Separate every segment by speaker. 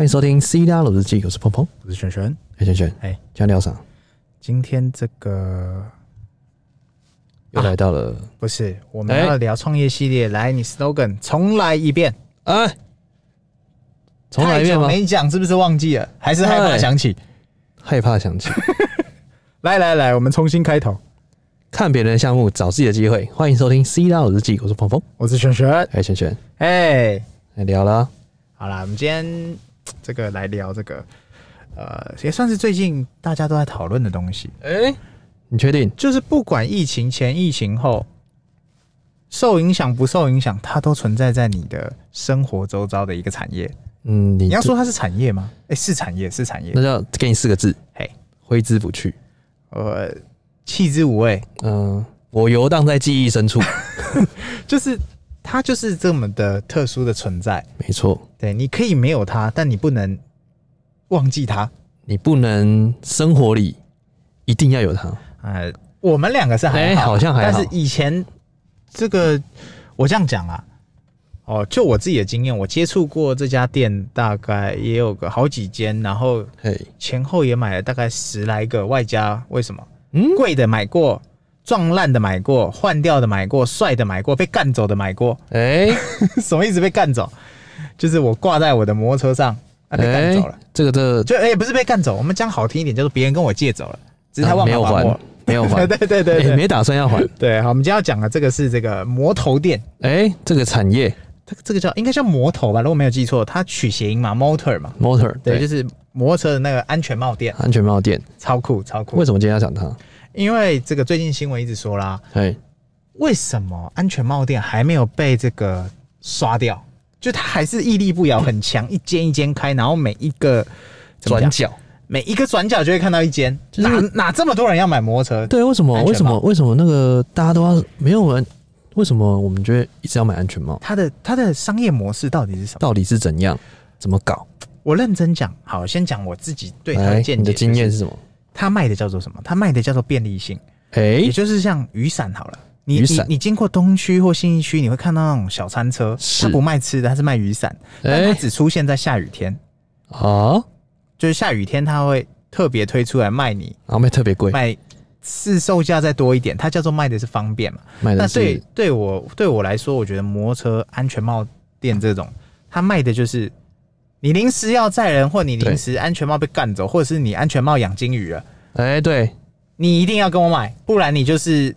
Speaker 1: 迎收听 C 大罗日记，我是鹏鹏，
Speaker 2: 我是璇璇。
Speaker 1: 哎，轩轩，
Speaker 2: 哎
Speaker 1: 哎，今天聊啥？
Speaker 2: 今天这个
Speaker 1: 又来到了，
Speaker 2: 不是我们要聊创业系列，来，你 slogan 重来一遍，
Speaker 1: 哎，重来一遍
Speaker 2: 太久
Speaker 1: 吗？
Speaker 2: 没讲是不是忘记了？还是害怕
Speaker 1: 哎
Speaker 2: 想起？
Speaker 1: 害怕想起，
Speaker 2: 来来来，我们重新开头。
Speaker 1: 看别人的项目，找自己的机会。欢迎收听 C 大罗日记，我是鹏鹏。
Speaker 2: 我是璇璇，
Speaker 1: 哎，轩轩，
Speaker 2: 哎，
Speaker 1: 来聊啦。
Speaker 2: 好啦，我们今天这个来聊这个，呃，也算是最近大家都在讨论的东西，
Speaker 1: 哎，你确定？
Speaker 2: 就是不管疫情前、疫情后，受影响不受影响，它都存在在你的生活周遭的一个产业。
Speaker 1: 嗯，你
Speaker 2: 你要
Speaker 1: 这
Speaker 2: 说它是产业吗？哎、是产业，是产业
Speaker 1: 那。叫给你四个字，
Speaker 2: 嘿，
Speaker 1: 挥之不去。
Speaker 2: 呃，弃之无味，
Speaker 1: 嗯、我游荡在记忆深 处，
Speaker 2: 就是它就是这么的特殊的存在。
Speaker 1: 没错，
Speaker 2: 对，你可以没有它，但你不能忘记它。
Speaker 1: 你不能生活里一定要有它。
Speaker 2: 呃，我们两个是还好，
Speaker 1: 哎好像还好
Speaker 2: 但是以前这个，我这样讲啊，哦，就我自己的经验，我接触过这家店，大概也有个好几间，然后
Speaker 1: 嘿，
Speaker 2: 前后也买了大概十来个，外加为什么
Speaker 1: 嗯，
Speaker 2: 贵的买过。撞烂的买过，换掉的买过，帅的买过，被干走的买过，
Speaker 1: 哎、
Speaker 2: 什么意思被干走？就是我挂在我的摩托车上，啊，被干
Speaker 1: 哎、
Speaker 2: 走了。
Speaker 1: 这个这个
Speaker 2: 就哎、不是被干走，我们讲好听一点，叫做别人跟我借走了，只是他
Speaker 1: 啊
Speaker 2: 忘
Speaker 1: 没
Speaker 2: 了
Speaker 1: 有
Speaker 2: 还我
Speaker 1: 还。，没有还，
Speaker 2: 对对对
Speaker 1: 哎
Speaker 2: 对
Speaker 1: 没打算要 还。
Speaker 2: 对，好，我们今天要讲的这个是这个魔头店，
Speaker 1: 哎、这个产业
Speaker 2: 这个这个叫应该叫魔头吧，如果没有记错，它取谐音嘛，motor 嘛，
Speaker 1: motor 哎
Speaker 2: 对，就是摩托车的那个安全帽店，
Speaker 1: 安全帽店，
Speaker 2: 超酷超
Speaker 1: 为
Speaker 2: 酷。
Speaker 1: 什么今天要讲它？
Speaker 2: 因为这个最近新闻一直说啦，
Speaker 1: 哎，
Speaker 2: 为什么安全帽店还没有被这个刷掉？就它还是屹立不摇，很强，一间一间开，然后每一个怎么讲
Speaker 1: 转角，
Speaker 2: 每一个转角就会看到一间，
Speaker 1: 就是
Speaker 2: 哪哪这么多人要买摩托车？
Speaker 1: 对，为什么
Speaker 2: 安全帽
Speaker 1: 为什么为什么那个大家都要没有人？为什么我们觉得一直要买安全帽？
Speaker 2: 它的它的商业模式到底是什么？
Speaker 1: 到底是怎样？怎么搞？
Speaker 2: 我认真讲，好，先讲我自己对它
Speaker 1: 来
Speaker 2: 的见解。
Speaker 1: 哎你的经验
Speaker 2: 就
Speaker 1: 是
Speaker 2: 是
Speaker 1: 什么？
Speaker 2: 它卖的叫做什么？它卖的叫做便利性，
Speaker 1: 哎、
Speaker 2: 也就是像雨伞好了。你
Speaker 1: 雨
Speaker 2: 你
Speaker 1: 伞
Speaker 2: 你经过东区或信义区，你会看到那种小餐车，
Speaker 1: 是
Speaker 2: 它不卖吃的，它是卖雨伞，但
Speaker 1: 哎
Speaker 2: 它只出现在下雨天，
Speaker 1: 啊，
Speaker 2: 就是下雨天它会特别推出来卖你，
Speaker 1: 然后卖特别贵，
Speaker 2: 卖是售价再多一点，它叫做卖的是方便嘛。
Speaker 1: 卖
Speaker 2: 那
Speaker 1: 的
Speaker 2: 对
Speaker 1: 是
Speaker 2: 对我对我来说，我觉得摩托车安全帽店这种，它卖的就是你临时要载人，或你临时安全帽被干走，或者是你安全帽养金鱼了，
Speaker 1: 哎、对，
Speaker 2: 你一定要跟我买，不然你就是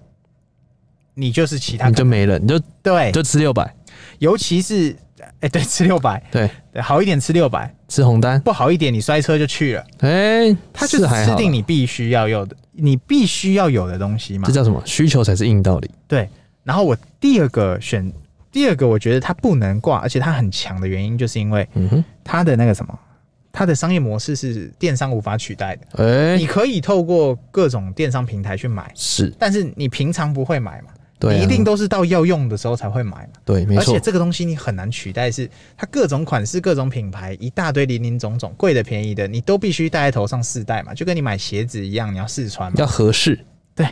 Speaker 2: 你就是其他
Speaker 1: 你就没了，你就
Speaker 2: 对，
Speaker 1: 就吃六百，
Speaker 2: 尤其是哎、对，吃六百，
Speaker 1: 对，
Speaker 2: 对好一点吃六百，
Speaker 1: 吃红单，
Speaker 2: 不好一点你摔车就去了，
Speaker 1: 哎、
Speaker 2: 它就是
Speaker 1: 还
Speaker 2: 吃
Speaker 1: 好啦
Speaker 2: 定你必须要有的，你必须要有的东西嘛
Speaker 1: 这，叫什么？需求才是硬道理。
Speaker 2: 对，然后我第二个选第二个，我觉得它不能挂，而且它很强的原因，就是因为
Speaker 1: 嗯哼，
Speaker 2: 它的那个什么，它的商业模式是电商无法取代的。
Speaker 1: 哎、
Speaker 2: 你可以透过各种电商平台去买，
Speaker 1: 是，
Speaker 2: 但是你平常不会买嘛，
Speaker 1: 对、啊，
Speaker 2: 你一定都是到要用的时候才会买嘛。
Speaker 1: 对，没
Speaker 2: 而
Speaker 1: 错
Speaker 2: 且，这个东西你很难取代是，它各种款式、各种品牌，一大堆零零总总，贵的、便宜的，你都必须戴在头上试戴嘛，就跟你买鞋子一样，你要试穿嘛，
Speaker 1: 要合适，
Speaker 2: 对，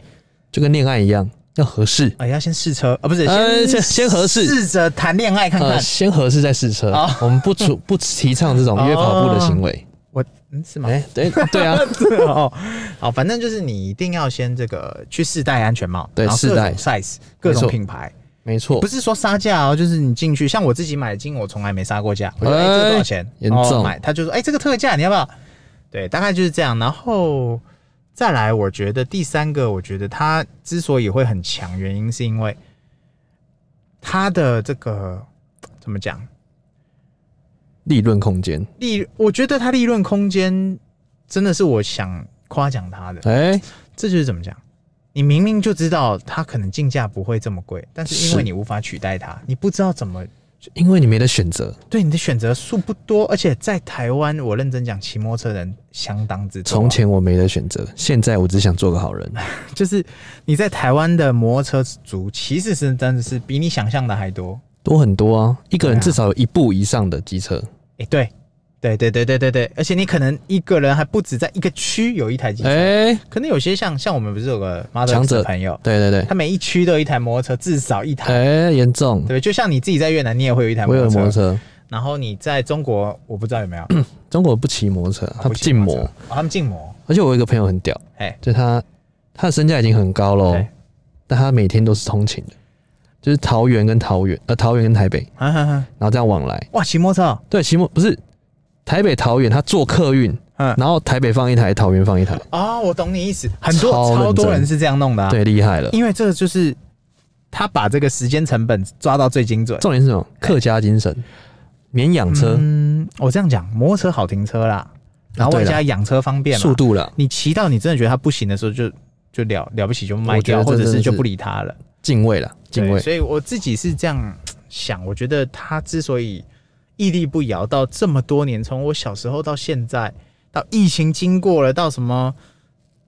Speaker 1: 就跟恋爱一样，要合适，
Speaker 2: 呃，要先试车，啊，不是，
Speaker 1: 呃
Speaker 2: 先
Speaker 1: 先先合适
Speaker 2: 试着谈恋爱看看
Speaker 1: 呃，，先合适再试车
Speaker 2: 哦。
Speaker 1: 我们不 出不提倡这种约跑步的行为。
Speaker 2: 我嗯是吗？
Speaker 1: 哎，对对啊，
Speaker 2: 对哦，好，反正就是你一定要先这个去试戴安全帽，
Speaker 1: 对
Speaker 2: 然后各
Speaker 1: 试戴
Speaker 2: 种 size 各
Speaker 1: 没
Speaker 2: 种
Speaker 1: 错
Speaker 2: 品牌，
Speaker 1: 没错
Speaker 2: 不，是说杀价哦，就是你进去，像我自己买金，我从来没杀过价，我就哎、
Speaker 1: 哎
Speaker 2: 这个多少钱，
Speaker 1: 严
Speaker 2: 然后
Speaker 1: 重
Speaker 2: 买，他就说哎、这个特价你要不要？对，大概就是这样，然后。再来，我觉得第三个，我觉得它之所以会很强，原因是因为它的这个怎么讲
Speaker 1: 利润空间。
Speaker 2: 利，我觉得它利润空间真的是我想夸奖它的。
Speaker 1: 哎，
Speaker 2: 这就是怎么讲？你明明就知道它可能进价不会这么贵，但是因为
Speaker 1: 是
Speaker 2: 你无法取代它，你不知道怎么
Speaker 1: 因为你没得选择，
Speaker 2: 对你的选择数不多，而且在台湾，我认真讲，骑摩托车的人相当之多啊。
Speaker 1: 从前我没得选择，现在我只想做个好人。
Speaker 2: 就是你在台湾的摩托车族，其实是真的是比你想象的还多。
Speaker 1: 多很多啊，一个人
Speaker 2: 对啊
Speaker 1: 至少有一步以上的机车。
Speaker 2: 哎、对，对对对对对对，而且你可能一个人还不止在一个区有一台机车，
Speaker 1: 哎，
Speaker 2: 可能有些像像我们不是有个 m o t
Speaker 1: 强
Speaker 2: h
Speaker 1: 者
Speaker 2: 的朋友，
Speaker 1: 对对对，
Speaker 2: 他每一区都有一台摩托车，至少一台，
Speaker 1: 哎，严重
Speaker 2: 对不，对？就像你自己在越南，你也会有一台
Speaker 1: 我
Speaker 2: 摩
Speaker 1: 有
Speaker 2: 托
Speaker 1: 摩
Speaker 2: 车
Speaker 1: 托。车，
Speaker 2: 然后你在中国，我不知道有没有，
Speaker 1: 中国不骑摩托车，他
Speaker 2: 不
Speaker 1: 们
Speaker 2: 骑
Speaker 1: 禁
Speaker 2: 摩
Speaker 1: 摩
Speaker 2: 托。车哦他们禁摩，
Speaker 1: 而且我有一个朋友很屌，
Speaker 2: 哎，
Speaker 1: 就他他的身价已经很高喽
Speaker 2: 对，
Speaker 1: 但他每天都是通勤的，就是桃园跟桃园，呃，桃园跟台北，
Speaker 2: 哈哈哈
Speaker 1: 然后这样往来。
Speaker 2: 哇，骑摩托车哦，
Speaker 1: 对，骑摩不是台北桃园，他坐客运，
Speaker 2: 嗯，
Speaker 1: 然后台北放一台，桃园放一台，
Speaker 2: 哦，我懂你意思，很多
Speaker 1: 超认
Speaker 2: 超多
Speaker 1: 真
Speaker 2: 人是这样弄的、啊，，
Speaker 1: 对，厉害了。
Speaker 2: 因为这个就是他把这个时间成本抓到最精准。
Speaker 1: 重点是什么？客家精神，免养车，
Speaker 2: 嗯，我这样讲，摩托车好停车啦，然后外
Speaker 1: 啊对啦
Speaker 2: 加养车方便嘛，
Speaker 1: 速度了，
Speaker 2: 你骑到你真的觉得它不行的时候就，就了了不起就卖
Speaker 1: 我觉
Speaker 2: 掉，
Speaker 1: 得这
Speaker 2: 或者
Speaker 1: 真的
Speaker 2: 是就是不理它了。
Speaker 1: 敬畏了，敬
Speaker 2: 对
Speaker 1: 畏。
Speaker 2: 所以我自己是这样想，我觉得他之所以屹立不摇到这么多年，从我小时候到现在，到疫情经过了，到什么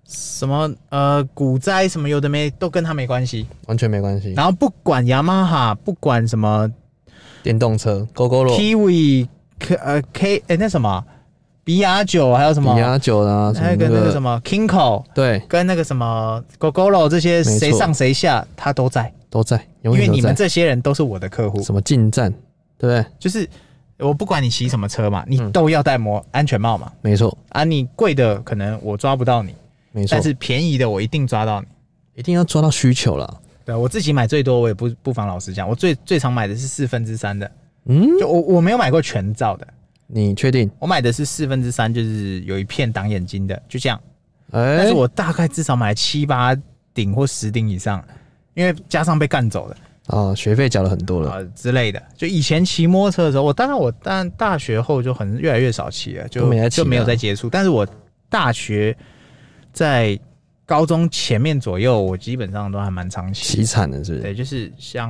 Speaker 2: 什么呃股灾什么有的没，都跟他没关系。
Speaker 1: 完全没关系。
Speaker 2: 然后不管雅马哈，不管什么
Speaker 1: 电动车，GoGoRo、
Speaker 2: Kiwi K 呃 K 哎、那什么 BR 九还有什么
Speaker 1: 米亚九啊，什么
Speaker 2: 还有一个
Speaker 1: 那
Speaker 2: 那个
Speaker 1: 个
Speaker 2: 什，么 Kinko。
Speaker 1: 对，
Speaker 2: 跟那个什么 GoGoRo 这些
Speaker 1: 没错
Speaker 2: 谁上谁下，他都在，
Speaker 1: 都在，
Speaker 2: 因
Speaker 1: 永
Speaker 2: 为
Speaker 1: 远
Speaker 2: 你
Speaker 1: 都
Speaker 2: 们
Speaker 1: 在。
Speaker 2: 这些人都是我的客户，
Speaker 1: 什么进站，对不对？
Speaker 2: 就是我不管你骑什么车嘛，你
Speaker 1: 嗯
Speaker 2: 都要戴摩安全帽嘛。
Speaker 1: 没错，
Speaker 2: 啊，你贵的可能我抓不到你，
Speaker 1: 没错
Speaker 2: 但，是便宜的我一定抓到你。
Speaker 1: 一定要抓到需求了。
Speaker 2: 对啊我自己买最多，我也不不妨老实讲，我最最常买的是四分之三的，
Speaker 1: 嗯，
Speaker 2: 就我我没有买过全罩的，
Speaker 1: 你确定？
Speaker 2: 我买的是四分之三，就是有一片挡眼睛的，就这样。
Speaker 1: 哎、
Speaker 2: 但是我大概至少买了七八顶或十顶以上，因为加上被干走的。
Speaker 1: 啊，学费缴了很多了，
Speaker 2: 呃之类的。就以前骑摩托车的时候，我当然我但大学后就很越来越少骑了，就
Speaker 1: 都没在骑了
Speaker 2: 就没有再接触。但是我大学在高中前面左右，我基本上都还蛮常骑。
Speaker 1: 凄惨了，是不是？
Speaker 2: 对，就是像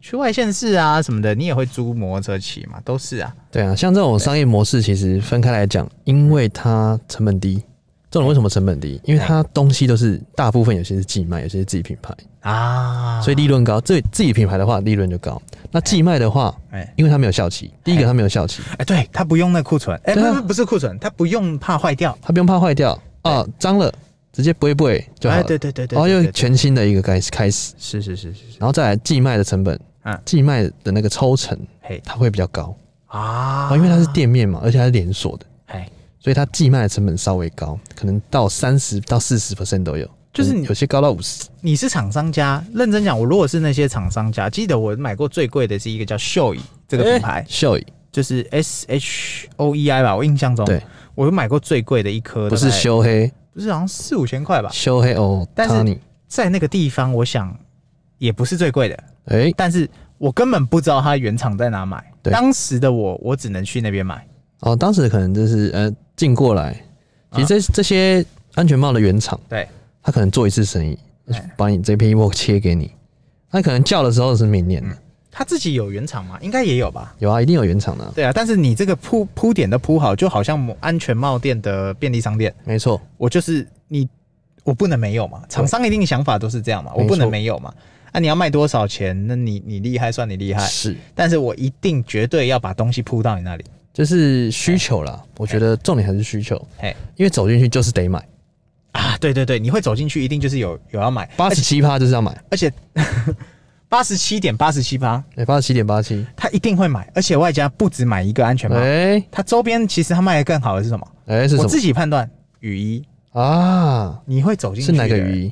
Speaker 2: 去外县市啊什么的，你也会租摩托车骑嘛，都是啊。
Speaker 1: 对啊，像这种商业模式，其实分开来讲，因为它成本低。这种为什么成本低？因为它东西都是大部分有些是寄卖，有些是自己品牌，
Speaker 2: 啊，
Speaker 1: 所以利润高。自自己品牌的话，利润就高。那寄卖的话，
Speaker 2: 哎
Speaker 1: 因为它没有效期，第一个
Speaker 2: 哎
Speaker 1: 它没有效期，
Speaker 2: 哎，对他不用那库存，哎、
Speaker 1: 对啊
Speaker 2: 不不不是库存，他不用怕坏掉。
Speaker 1: 它不用怕坏掉啊，脏了直接不会不会就好
Speaker 2: 哎，
Speaker 1: 了。
Speaker 2: 对对对对
Speaker 1: 然后又
Speaker 2: 对对对
Speaker 1: 全新的一个开始开始，
Speaker 2: 是是是是是，
Speaker 1: 然后再来寄卖的成本，
Speaker 2: 嗯
Speaker 1: 寄卖的那个抽成
Speaker 2: 嘿
Speaker 1: 它会比较高
Speaker 2: 啊
Speaker 1: 啊，因为它是，店面嘛，而且它是连锁的，
Speaker 2: 哎，
Speaker 1: 所以它寄卖的成本稍微高，可能到三十到四十 percent 都有，
Speaker 2: 就是
Speaker 1: 嗯
Speaker 2: 你
Speaker 1: 有些高到五十。
Speaker 2: 你是厂商家，认真讲，我如果是那些厂商家，记得我买过最贵的是一个叫秀椅这个品牌，
Speaker 1: 秀椅
Speaker 2: 就是 S H O E I 吧，我印象中，
Speaker 1: 对，
Speaker 2: 我有买过最贵的一颗，
Speaker 1: 不是
Speaker 2: 大概，
Speaker 1: 修黑，
Speaker 2: 不是好像四五千块吧，
Speaker 1: 修黑哦，
Speaker 2: 但是
Speaker 1: 他你
Speaker 2: 在那个地方，我想也不是最贵的，
Speaker 1: 哎，
Speaker 2: 但是我根本不知道它原厂在哪买，
Speaker 1: 对
Speaker 2: 当时的我，我只能去那边买，
Speaker 1: 哦，当时可能就是呃进过来，
Speaker 2: 啊
Speaker 1: 其实这、这些安全帽的原厂，
Speaker 2: 对，
Speaker 1: 他可能做一次生意
Speaker 2: 哎，
Speaker 1: 把你这批货切给你，他可能叫的时候是明年的，
Speaker 2: 他自己有原厂吗？应该也有吧。
Speaker 1: 有啊，一定有原厂的啊、
Speaker 2: 对啊，但是你这个铺铺点都铺好，就好像安全帽店的便利商店，
Speaker 1: 没错，
Speaker 2: 我就是你，我不能没有嘛。厂商一定想法都是这样嘛，
Speaker 1: 没错
Speaker 2: 我不能没有嘛。啊，你要卖多少钱？那你你厉害算你厉 害，
Speaker 1: 是。
Speaker 2: 但是我一定绝对要把东西铺到你那里。
Speaker 1: 就是需求啦，
Speaker 2: 哎
Speaker 1: 我觉得重点还是需求，
Speaker 2: 嘿
Speaker 1: 因为走进去就是得买，
Speaker 2: 啊，对对对，你会走进去，一定就是有有要买，
Speaker 1: 八十七趴就是要买，
Speaker 2: 而且 八十七点八十七八，
Speaker 1: 哎，八十七点八七，
Speaker 2: 他一定会买，而且外加不止买一个安全帽，
Speaker 1: 哎
Speaker 2: 他周边其实他卖的更好的是什么？
Speaker 1: 哎是什
Speaker 2: 我
Speaker 1: 么
Speaker 2: 自己判断，雨衣
Speaker 1: 啊？
Speaker 2: 你会走进
Speaker 1: 是
Speaker 2: 去
Speaker 1: 哪个
Speaker 2: 的人
Speaker 1: 鱼？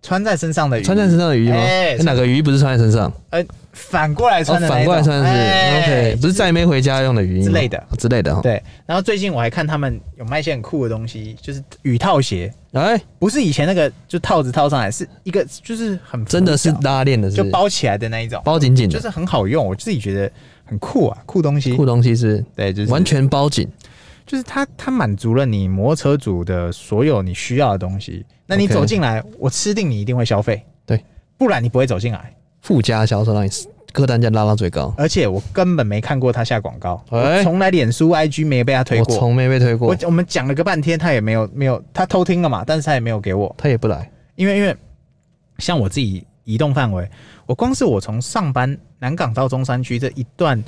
Speaker 2: 穿在身上的雨衣，
Speaker 1: 穿在身上的鱼吗？哎
Speaker 2: 哎
Speaker 1: 哪个鱼不是穿在身上？
Speaker 2: 呃反过来
Speaker 1: 哦
Speaker 2: 穿的，那
Speaker 1: 反
Speaker 2: 一
Speaker 1: 过来
Speaker 2: 种
Speaker 1: 穿是
Speaker 2: 哎
Speaker 1: OK，不是载妹回家用的鱼哦
Speaker 2: 之类的
Speaker 1: 之类的哈。
Speaker 2: 对，然后最近我还看他们有卖一些很酷的东西，就是雨套鞋，
Speaker 1: 哎，
Speaker 2: 不是以前那个就套子套上来，是一个就是很
Speaker 1: 真的是
Speaker 2: 浮
Speaker 1: 拉链的是
Speaker 2: 角
Speaker 1: 不
Speaker 2: 就是包起来的那一种，
Speaker 1: 包紧紧
Speaker 2: 就
Speaker 1: 的，
Speaker 2: 是很好用，我自己觉得很酷啊，酷东西
Speaker 1: 酷。东西是
Speaker 2: 对，就是
Speaker 1: 完全包紧，
Speaker 2: 就是它它满足了你摩托车主的所有你需要的东西。那你
Speaker 1: OK
Speaker 2: 走进来，我吃定你一定会消费，
Speaker 1: 对，
Speaker 2: 不然你不会走进来。
Speaker 1: 附加销售让你客单价拉到最高。
Speaker 2: 而且我根本没看过他下广告，
Speaker 1: 哎
Speaker 2: 我从来脸书 IG 没被他推
Speaker 1: 我
Speaker 2: 过。
Speaker 1: 从没被推
Speaker 2: 我
Speaker 1: 过，
Speaker 2: 我们讲了个半天，他也没有没有，他偷听了嘛，但是他也没有给我，
Speaker 1: 他也不来。
Speaker 2: 因为因为像我自己移动范围，我光是我从上班南港到中山区这一段，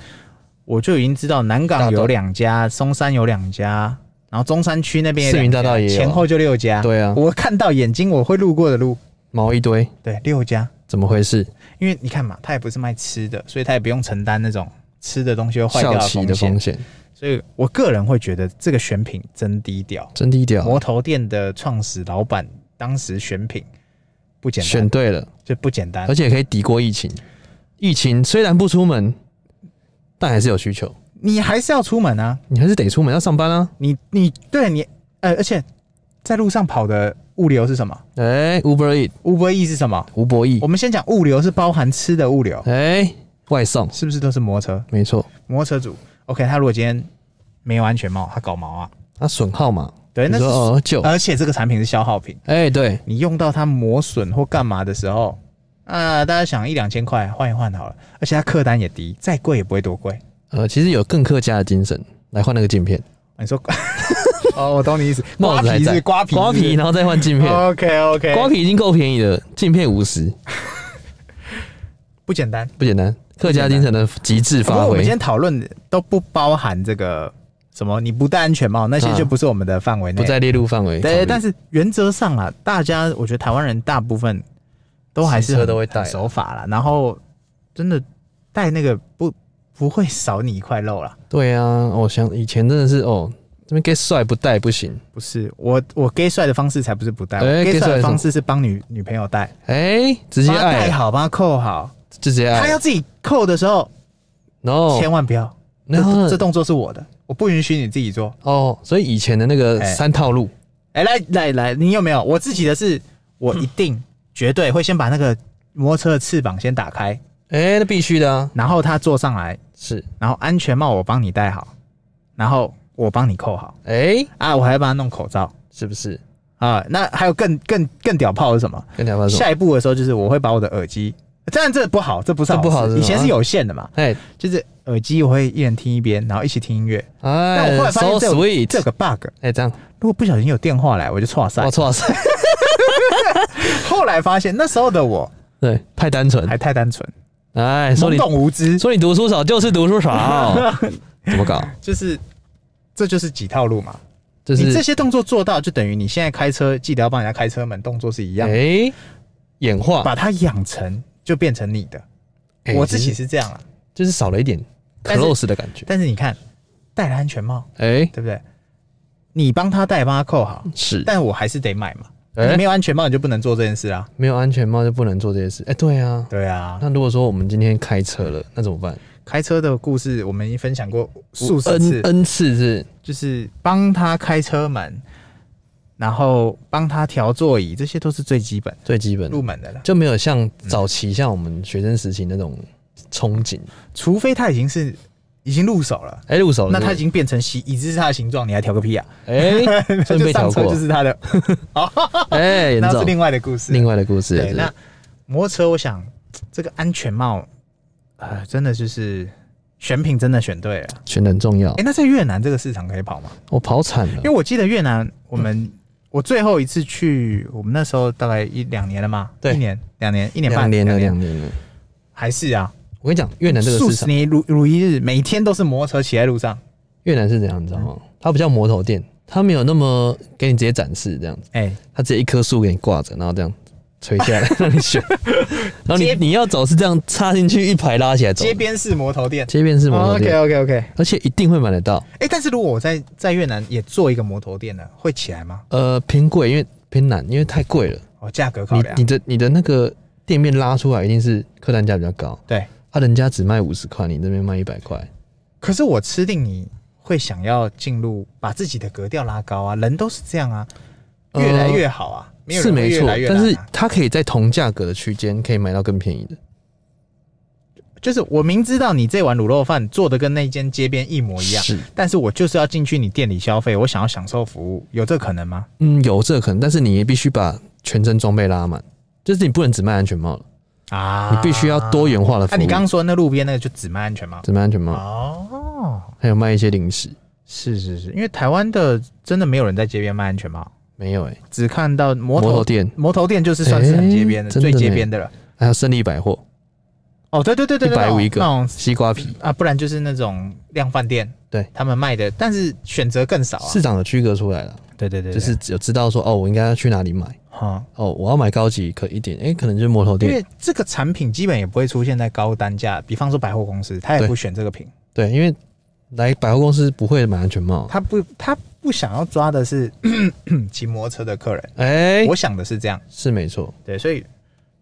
Speaker 2: 我就已经知道南
Speaker 1: 大
Speaker 2: 港
Speaker 1: 道
Speaker 2: 有两家，松山有两家，然后中山区那边有
Speaker 1: 市民
Speaker 2: 两家
Speaker 1: 大道也有啊
Speaker 2: 前后就六家。
Speaker 1: 对啊，
Speaker 2: 我看到眼睛我会路过的路，
Speaker 1: 毛一堆，
Speaker 2: 对，六家。
Speaker 1: 怎么回事？
Speaker 2: 因为你看嘛，他也不是卖吃的，所以他也不用承担那种吃的东西会坏掉
Speaker 1: 校
Speaker 2: 的
Speaker 1: 期
Speaker 2: 风
Speaker 1: 的
Speaker 2: 险
Speaker 1: 风。险
Speaker 2: 所以我个人会觉得这个选品真低调。
Speaker 1: 真低调，
Speaker 2: 魔头店的创始老板当时选品不简
Speaker 1: 选
Speaker 2: 单，
Speaker 1: 对了，
Speaker 2: 就不简单
Speaker 1: 而。且可以抵过疫情。疫情虽然不出门，但还是有需求，
Speaker 2: 你还是要出门啊，
Speaker 1: 你还是得出门要上班啊。
Speaker 2: 你你对你呃，而且在路上跑的物流是什么
Speaker 1: 哎、u b e r Eat，
Speaker 2: ？Uber E 是什么？
Speaker 1: 吴博义
Speaker 2: 我，们先讲物流是包含吃的物流，
Speaker 1: 哎、外送，
Speaker 2: 是不是都是摩托车？
Speaker 1: 没错，
Speaker 2: 摩托车主，OK，他如果今天没有安全帽，他搞毛啊？
Speaker 1: 那损耗嘛，
Speaker 2: 对，
Speaker 1: 你
Speaker 2: 那是啊
Speaker 1: 说哦旧，哎、
Speaker 2: 而且这个产品是消耗品，
Speaker 1: 对，
Speaker 2: 你用到它磨损或干嘛的时候，啊、大家想一两千块换一换好了，而且它客单也低，再贵也不会多贵。
Speaker 1: 呃，其实有更客家的精神来换那个镜片，
Speaker 2: 你说， 哦，我懂你意思，
Speaker 1: 帽
Speaker 2: 瓜
Speaker 1: 子还
Speaker 2: 皮
Speaker 1: 在，
Speaker 2: 是瓜皮是哦哎
Speaker 1: 瓜皮，然后再换镜片，
Speaker 2: OK OK，
Speaker 1: 瓜皮已经够便宜了，镜片五十，
Speaker 2: 不简单。
Speaker 1: 不简单，客家精神的极致
Speaker 2: 不过
Speaker 1: 发
Speaker 2: 我们
Speaker 1: 挥
Speaker 2: 今。天讨论的都不包含这个什么，你不戴安全帽那些
Speaker 1: 啊
Speaker 2: 就不是我们的范围内，
Speaker 1: 不在列入范围考虑。
Speaker 2: 对，但是原则上啊，大家我觉得台湾人大部分都还是
Speaker 1: 骑车
Speaker 2: 很
Speaker 1: 都会戴
Speaker 2: 很守法啦，然后真的戴那个不不会少你一块肉啦。
Speaker 1: 对啊，我想以前真的是哦，这边 get 帅不戴不行。
Speaker 2: 不是我我 gay 帅的方式才不是不戴、
Speaker 1: 哎
Speaker 2: g a y
Speaker 1: gay 帅
Speaker 2: 帅
Speaker 1: 是
Speaker 2: 的
Speaker 1: 什么
Speaker 2: 方式是帮女女朋友戴，
Speaker 1: 哎、直接
Speaker 2: 帮她戴
Speaker 1: 爱，
Speaker 2: 好，帮她扣好。
Speaker 1: 就直接
Speaker 2: 她
Speaker 1: 爱
Speaker 2: 要。自己扣的时候，
Speaker 1: 然后，
Speaker 2: 千万不要，
Speaker 1: 然后
Speaker 2: 这这动作是我的，我不允许你自己做。
Speaker 1: 哦，所以以前的那个
Speaker 2: 哎
Speaker 1: 三套路，
Speaker 2: 哎、来来来，你有没有？我自己的是，我一定、绝对会先把那个摩托车的翅膀先打开，
Speaker 1: 哎、那必须的啊，
Speaker 2: 然后他坐上来，
Speaker 1: 是，
Speaker 2: 然后安全帽我帮你戴好，然后我帮你扣好
Speaker 1: 哎、
Speaker 2: 啊，我还要帮他弄口罩
Speaker 1: 是不是？
Speaker 2: 啊。那还有更更更屌炮是什么？
Speaker 1: 跟你发说，
Speaker 2: 下一步的时候就是我会把我的耳机，当然这不好，这不是
Speaker 1: 这不好
Speaker 2: 事
Speaker 1: 是吗
Speaker 2: 以前是有线的嘛，
Speaker 1: 哎
Speaker 2: 就是耳机我会一人听一边，然后一起听音乐。但我后
Speaker 1: 哎
Speaker 2: 来发
Speaker 1: ，so
Speaker 2: 现这有这
Speaker 1: sweet，
Speaker 2: 有个 bug，
Speaker 1: 哎、这样，
Speaker 2: 如果不小心有电话来，我就错塞
Speaker 1: 我。哦错塞，
Speaker 2: 后来发现那时候的我
Speaker 1: 对，太单纯，
Speaker 2: 还太单纯，
Speaker 1: 哎，说
Speaker 2: 懵
Speaker 1: 你哦
Speaker 2: 懂无知，
Speaker 1: 说你读书少就是读书 少，怎么搞？
Speaker 2: 就是这就是几套路嘛。
Speaker 1: 就
Speaker 2: 你这
Speaker 1: 是
Speaker 2: 些动作做到，就等于你现在开车记得要帮人家开车门，动作是一
Speaker 1: 哎、
Speaker 2: 样的，
Speaker 1: 演化，
Speaker 2: 把它养成就变成你的。
Speaker 1: 哎
Speaker 2: 我自
Speaker 1: 其
Speaker 2: 己
Speaker 1: 实
Speaker 2: 是这样啊，
Speaker 1: 就是少了一点
Speaker 2: 但是
Speaker 1: close 的感觉，
Speaker 2: 但是你看，戴了安全帽，
Speaker 1: 哎、
Speaker 2: 对不对？你帮他戴，帮他扣好，
Speaker 1: 是，
Speaker 2: 但我还是得买嘛。
Speaker 1: 嗯哎、
Speaker 2: 你没有安全帽，你就不能做这件事啊。
Speaker 1: 没有安全帽就不能做这些事。哎、对啊。
Speaker 2: 对啊，
Speaker 1: 那如果说我们今天开车了，那怎么办？
Speaker 2: 开车的故事我们已经分享过数十
Speaker 1: n
Speaker 2: 次，
Speaker 1: n 次是
Speaker 2: 就是帮他开车门，然后帮他调座椅，这些都是最基本
Speaker 1: 最基本的
Speaker 2: 入，门的了。
Speaker 1: 就没有像早期像我们学生时期那种憧憬。
Speaker 2: 除非他已经是已经入手了。
Speaker 1: 哎、入手了
Speaker 2: 那它
Speaker 1: 是
Speaker 2: 已经变成形，已知是它的形状，你还调个 屁啊！
Speaker 1: 不是 哎，
Speaker 2: 它
Speaker 1: 顺、便
Speaker 2: 就
Speaker 1: 被调
Speaker 2: 上车
Speaker 1: 过
Speaker 2: 就，是它的，
Speaker 1: 哎，严
Speaker 2: 那是
Speaker 1: 重。
Speaker 2: 另外的故事。
Speaker 1: 另外的故事也
Speaker 2: 对，
Speaker 1: 是，
Speaker 2: 那摩托车，我想这个安全帽，呃，真的就是选品真的选对了。
Speaker 1: 选的很重要
Speaker 2: 哎、。那在越南这个市场可以跑吗？
Speaker 1: 我跑惨了
Speaker 2: 因为，我记得越南，我们、
Speaker 1: 嗯
Speaker 2: 我最后一次去，我们那时候大概一两年了嘛，
Speaker 1: 对
Speaker 2: 一年、两年、一年半、
Speaker 1: 两年了，两年了。
Speaker 2: 还是啊，
Speaker 1: 我跟你讲，越南这个
Speaker 2: 数
Speaker 1: 市
Speaker 2: 十
Speaker 1: 场，
Speaker 2: 年如如一日，每天都是摩托车骑在路上。
Speaker 1: 越南是怎样，你知
Speaker 2: 嗯
Speaker 1: 道吗？它不叫魔头店，它没有那么给你直接展示这样子。
Speaker 2: 哎、
Speaker 1: 他直接一棵树给你挂着，然后这样垂下来 让你选，然后你
Speaker 2: 街
Speaker 1: 你要走是这样插进去一排拉起来走的，
Speaker 2: 街边式摩托店。
Speaker 1: 街边是摩托
Speaker 2: OK 哦
Speaker 1: 店，
Speaker 2: OK OK。
Speaker 1: 而且一定会买得到。
Speaker 2: 哎、但是如果我在在越南也做一个摩托店呢，会起来吗？
Speaker 1: 呃，偏贵，因为偏难，因为太贵了。
Speaker 2: 哦，价格考
Speaker 1: 你
Speaker 2: 量
Speaker 1: 你。的你的那个店面拉出来一定是客单价比较高，
Speaker 2: 对，
Speaker 1: 啊，人家只卖五十块，你这边卖一百块，
Speaker 2: 可是我吃定你会想要进入，把自己的格调拉高啊，人都是这样啊，
Speaker 1: 呃
Speaker 2: 越来越好啊，没有
Speaker 1: 是
Speaker 2: 人会
Speaker 1: 没
Speaker 2: 越
Speaker 1: 错
Speaker 2: 来，越
Speaker 1: 但
Speaker 2: 难
Speaker 1: 是
Speaker 2: 啊
Speaker 1: 它可以在同价格的区间可以买到更便宜的，
Speaker 2: 就是我明知道你这碗卤肉饭做的跟那间街边一模一样，
Speaker 1: 是，
Speaker 2: 但是我就是要进去你店里消费，我想要享受服务，有这可能吗？
Speaker 1: 嗯，有这个可能，但是你也必须把全身装备拉满，就是你不能只卖安全帽了，
Speaker 2: 啊
Speaker 1: 你必须要多元化的服
Speaker 2: 啊，
Speaker 1: 务。
Speaker 2: 你刚刚啊说那路边那个就只卖安全帽
Speaker 1: 只卖安全帽，
Speaker 2: 哦，
Speaker 1: 还有卖一些零食。
Speaker 2: 是是是，因为台湾的真的没有人在街边卖安全帽。
Speaker 1: 没有哎、
Speaker 2: 只看到
Speaker 1: 摩
Speaker 2: 摩托
Speaker 1: 头店
Speaker 2: 摩头店就是算是很街边的，
Speaker 1: 欸真的
Speaker 2: 最
Speaker 1: 呢
Speaker 2: 街边的了。
Speaker 1: 还有胜利百货
Speaker 2: 哦，对对对对，
Speaker 1: 一
Speaker 2: 对
Speaker 1: 百五一个
Speaker 2: 那种
Speaker 1: 西瓜皮，
Speaker 2: 啊，不然就是那种量贩店，
Speaker 1: 对
Speaker 2: 他们卖的，但是选择更少啊。
Speaker 1: 市场的区隔出来了。
Speaker 2: 对对对，
Speaker 1: 就
Speaker 2: 对
Speaker 1: 是只有知道说哦，我应该要去哪里买，
Speaker 2: 哈、
Speaker 1: 哦，我要买高级可一点，哎、可能就是摩头
Speaker 2: 因
Speaker 1: 店，
Speaker 2: 为这个产品基本也不会出现在高单价，比方说百货公司，他也
Speaker 1: 对
Speaker 2: 不选这个品，
Speaker 1: 对，因为来百货公司不会买安全帽，
Speaker 2: 他不他不想要抓的是 骑摩托车的客人，
Speaker 1: 哎、
Speaker 2: 我想的是这样，
Speaker 1: 是没错，
Speaker 2: 对，所以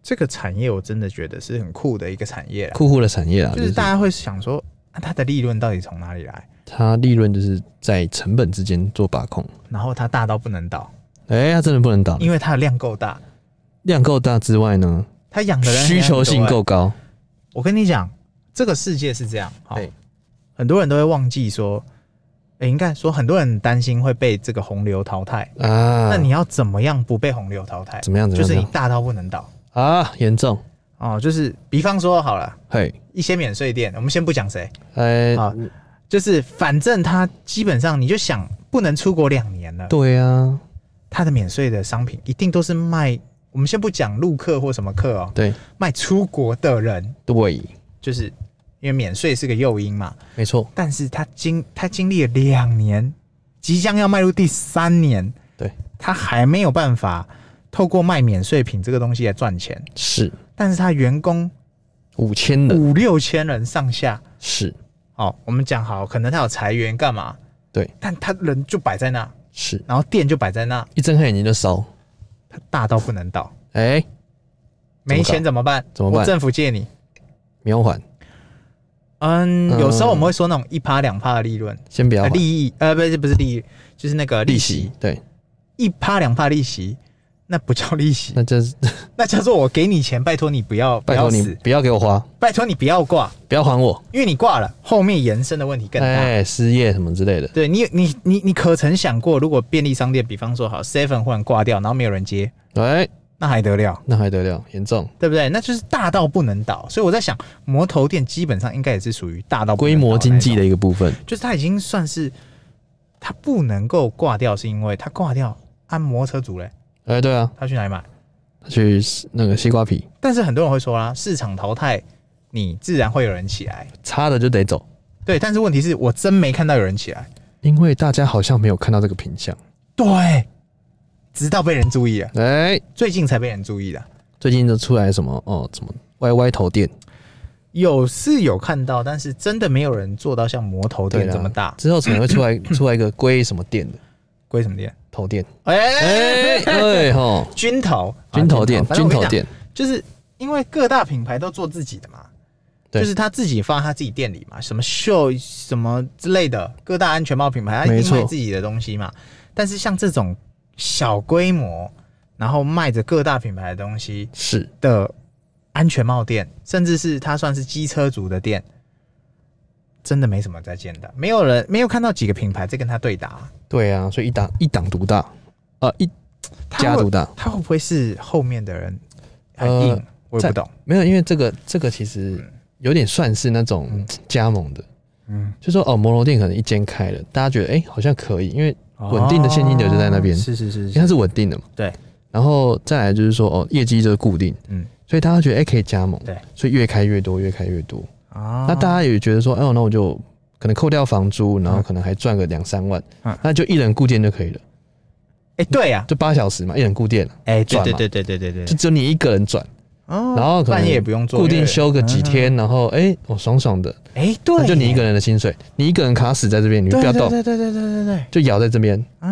Speaker 2: 这个产业我真的觉得是很酷的一个产业啦，
Speaker 1: 酷酷的产业啊，
Speaker 2: 就
Speaker 1: 就是是
Speaker 2: 大家会想说，啊、它的利润到底从哪里来？
Speaker 1: 它利润就是在成本之间做把控，
Speaker 2: 然后它大到不能倒，
Speaker 1: 哎、它真的不能倒，
Speaker 2: 因为它的量够大，
Speaker 1: 量够大之外呢，
Speaker 2: 它养的人
Speaker 1: 需求性
Speaker 2: 很多欸
Speaker 1: 够高，
Speaker 2: 我跟你讲，这个世界是这样，好
Speaker 1: 对，
Speaker 2: 很多人都会忘记说，哎、应该说很多人担心会被这个洪流淘汰。
Speaker 1: 啊，
Speaker 2: 那你要怎么样不被洪流淘汰？
Speaker 1: 怎么样？怎么样？
Speaker 2: 就是
Speaker 1: 怎
Speaker 2: 你
Speaker 1: 么样
Speaker 2: 大到不能倒
Speaker 1: 啊，严重，
Speaker 2: 哦，就是比方说好了，
Speaker 1: 嘿，
Speaker 2: 一些免税店，我们先不讲谁，
Speaker 1: 哎、
Speaker 2: 啊就是反正它基本上你就想不能出国两年了，
Speaker 1: 对啊，
Speaker 2: 它的免税的商品一定都是卖，我们先不讲陆客或什么客哦，
Speaker 1: 对
Speaker 2: 卖出国的人，
Speaker 1: 对，
Speaker 2: 就是因为免税是个诱因嘛，
Speaker 1: 没错，
Speaker 2: 但是他经他经历了两年，即将要迈入第三年，
Speaker 1: 对，
Speaker 2: 他还没有办法透过卖免税品这个东西来赚钱，
Speaker 1: 是
Speaker 2: 但是他员工
Speaker 1: 五千人，
Speaker 2: 五六千人上下，
Speaker 1: 是
Speaker 2: 哦，我们讲好，可能他有裁员干嘛？
Speaker 1: 对，
Speaker 2: 但他人就摆在那，
Speaker 1: 是，
Speaker 2: 然后店就摆在那，
Speaker 1: 一睁开眼睛就烧，
Speaker 2: 他大到不能倒，
Speaker 1: 哎、
Speaker 2: 没钱怎么办？
Speaker 1: 怎么办
Speaker 2: 我政府借你。
Speaker 1: 秒还，
Speaker 2: 嗯，
Speaker 1: 嗯
Speaker 2: 有时候我们会说那种一趴两趴的利润，
Speaker 1: 先不要
Speaker 2: 呃
Speaker 1: 还
Speaker 2: 利益，呃，不是不是利益，就是那个利
Speaker 1: 利
Speaker 2: 息
Speaker 1: 息，，对，
Speaker 2: 一趴两趴利息，那不叫利息，
Speaker 1: 那就是
Speaker 2: 那叫做我给你钱，拜托你不要不
Speaker 1: 拜
Speaker 2: 要
Speaker 1: 托
Speaker 2: 死
Speaker 1: 你，不要给我花，
Speaker 2: 拜托你不要挂，
Speaker 1: 不要还我，
Speaker 2: 因为你挂了，后面延伸的问题更大。
Speaker 1: 哎、失业什么之类的，
Speaker 2: 对你，你，你，你可曾想过，如果便利商店，比方说好 Seven 忽然挂掉，然后没有人接，
Speaker 1: 哎、
Speaker 2: 那还得了，
Speaker 1: 那还得了，严重，
Speaker 2: 对不对？那就是大到不能倒。所以我在想，魔头店基本上应该也是属于大到不能
Speaker 1: 规
Speaker 2: 倒
Speaker 1: 模经济
Speaker 2: 那
Speaker 1: 的一个部分，
Speaker 2: 种，就是它已经算是它不能够挂掉，是因为它挂掉按摩车主嘞，
Speaker 1: 哎、对啊，
Speaker 2: 他去哪里买？
Speaker 1: 去那个西瓜皮，
Speaker 2: 但是很多人会说啦，市场淘汰你，自然会有人起来。
Speaker 1: 差的就得走，
Speaker 2: 对，但是问题是我真没看到有人起来。
Speaker 1: 因为大家好像没有看到这个品相，
Speaker 2: 对，直到被人注意了，
Speaker 1: 哎、
Speaker 2: 最近才被人注意的。
Speaker 1: 最近就出来什么哦，什么 YY 头店，
Speaker 2: 有是有看到，但是真的没有人做到像魔头
Speaker 1: 对
Speaker 2: 店
Speaker 1: 啦
Speaker 2: 这么大。
Speaker 1: 之后可能会 出来出来一个归什么店的
Speaker 2: 归什么店？
Speaker 1: 头店，
Speaker 2: 哎、
Speaker 1: 哎、对吼，
Speaker 2: 军啊头，
Speaker 1: 军头店，
Speaker 2: 反正
Speaker 1: 军
Speaker 2: 我跟
Speaker 1: 头
Speaker 2: 你讲，
Speaker 1: 店，
Speaker 2: 就是因为各大品牌都做自己的嘛，
Speaker 1: 对
Speaker 2: 就是他自己放在他自己店里嘛，什么秀什么之类的，各大安全帽品牌他一
Speaker 1: 没
Speaker 2: 定
Speaker 1: 错
Speaker 2: 卖自己的东西嘛。但是像这种小规模，然后卖着各大品牌的东西，
Speaker 1: 是
Speaker 2: 的安全帽店，甚至是它算是机车族的店，真的没什么在见的，没有人没有看到几个品牌在跟他对打。
Speaker 1: 对啊，所以一党一党独大，呃，一
Speaker 2: 他
Speaker 1: 家独
Speaker 2: 会
Speaker 1: 大，
Speaker 2: 他会不会是后面的人很硬？
Speaker 1: 呃
Speaker 2: 我也
Speaker 1: 在
Speaker 2: 不懂。
Speaker 1: 没有，因为这个这个其实有点算是那种加盟的，
Speaker 2: 嗯，
Speaker 1: 就说哦，摩罗店可能一间开了，大家觉得哎、好像可以，因为稳定的现金流就在那边
Speaker 2: 哦是是是
Speaker 1: 因为它
Speaker 2: 是，
Speaker 1: 是稳定的嘛，
Speaker 2: 对。
Speaker 1: 然后再来就是说哦，业绩就是固定，
Speaker 2: 嗯
Speaker 1: 所以大家觉得哎、可以加盟，
Speaker 2: 对，
Speaker 1: 所以越开越多，越开越多。
Speaker 2: 啊
Speaker 1: 那大家也觉得说，哎、呦，那我就可能扣掉房租，然后
Speaker 2: 嗯
Speaker 1: 可能还赚个两三万，
Speaker 2: 嗯
Speaker 1: 那就一人固店就可以了，
Speaker 2: 哎对呀，
Speaker 1: 就八小时嘛，一人固店，
Speaker 2: 哎对
Speaker 1: 转
Speaker 2: 对
Speaker 1: 嘛
Speaker 2: 对对对对对
Speaker 1: 就，只有你一个人转，
Speaker 2: 哦
Speaker 1: 然后可能
Speaker 2: 半夜也不用做，
Speaker 1: 固定
Speaker 2: 对
Speaker 1: 休个几，
Speaker 2: 嗯
Speaker 1: 天，然后哎、我爽爽的，
Speaker 2: 哎
Speaker 1: 那啊
Speaker 2: 对，
Speaker 1: 就你一个，人的薪水，你一个人卡死在这边，你
Speaker 2: 对
Speaker 1: 不要
Speaker 2: 对
Speaker 1: 动，
Speaker 2: 哦哎对对对对对对，
Speaker 1: 就咬在这边，
Speaker 2: 啊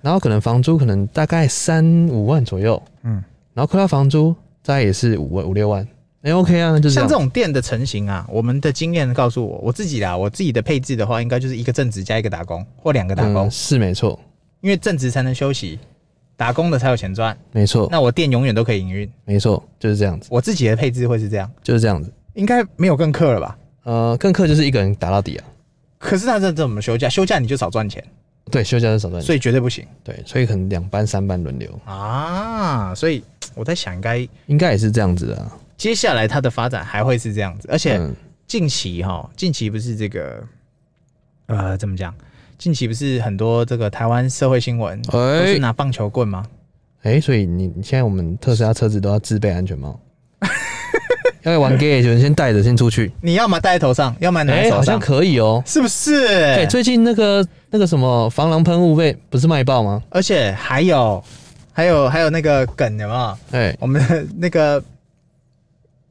Speaker 1: 然后可能房租可能大概三五万左右，
Speaker 2: 嗯，
Speaker 1: 然后扣掉房租，大概也是五万五六万，哎、OK 啊，那就这
Speaker 2: 像
Speaker 1: 样
Speaker 2: 这，种店的成型啊，我们的经验告诉我，我自己啦，我自己的配置的话，应该就是一个正职加一个打工，或两个打工，
Speaker 1: 嗯是没错，
Speaker 2: 因为正职才能休息，打工的才有钱赚。
Speaker 1: 没错，
Speaker 2: 那我店永远都可以营运，
Speaker 1: 没错，就是这样子，
Speaker 2: 我自己的配置会是这样，
Speaker 1: 就是这样子，
Speaker 2: 应该没有更客了吧？
Speaker 1: 呃，更客就是一个人打到底啊。
Speaker 2: 可是那这怎么休假？休假你就少赚钱，
Speaker 1: 对，休假是少赚钱，
Speaker 2: 所以绝对不行
Speaker 1: 对，所以可能两班三班轮流，
Speaker 2: 啊！所以我在想，应该
Speaker 1: 应该也是这样子的、啊。
Speaker 2: 接下来它的发展还会是这样子，而且
Speaker 1: 嗯，
Speaker 2: 近期哈，近期不是这个，呃，怎么讲？近期不是很多这个台湾社会新闻
Speaker 1: 哎、
Speaker 2: 都是拿棒球棍吗？
Speaker 1: 哎、所以你你现在我们特斯拉车子都要自备安全帽，要玩 gay 就先带着先出去。
Speaker 2: 你要么戴在头上，要么拿
Speaker 1: 哎、
Speaker 2: 在
Speaker 1: 好
Speaker 2: 手
Speaker 1: 像
Speaker 2: 上，
Speaker 1: 可以哦、
Speaker 2: 是不是？
Speaker 1: 哎、最近那个那个什么防狼喷雾被不是卖爆吗？
Speaker 2: 而且还有，还有，还有那个梗有没有？
Speaker 1: 哎、
Speaker 2: 我们的那个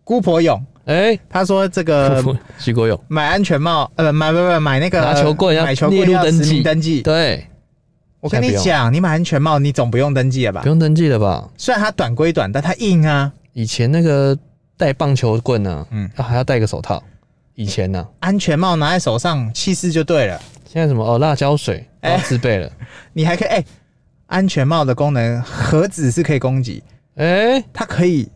Speaker 2: 姑婆勇，
Speaker 1: 哎，
Speaker 2: 他说这个
Speaker 1: 徐国勇，
Speaker 2: 买安全帽，呃，买不不买那个
Speaker 1: 拿球棍要
Speaker 2: 买球
Speaker 1: 列
Speaker 2: 棍
Speaker 1: 入
Speaker 2: 要
Speaker 1: 登
Speaker 2: 实
Speaker 1: 记
Speaker 2: 名登记。
Speaker 1: 对，
Speaker 2: 我跟
Speaker 1: 现
Speaker 2: 你
Speaker 1: 在不用
Speaker 2: 讲，你买安全帽，你总不用登记了吧
Speaker 1: 不？用登记了吧？
Speaker 2: 虽然它短归短，但它硬啊。
Speaker 1: 以前那个带棒球棍呢、啊，
Speaker 2: 嗯
Speaker 1: 嗯，还要戴个手套。以前呢、
Speaker 2: 安全帽拿在手上，气势就对了。
Speaker 1: 现在什么哦，辣椒水
Speaker 2: 哎
Speaker 1: 都要自备了。
Speaker 2: 你还可以，哎、安全帽的功能何止是可以攻击，
Speaker 1: 哎、
Speaker 2: 它可以，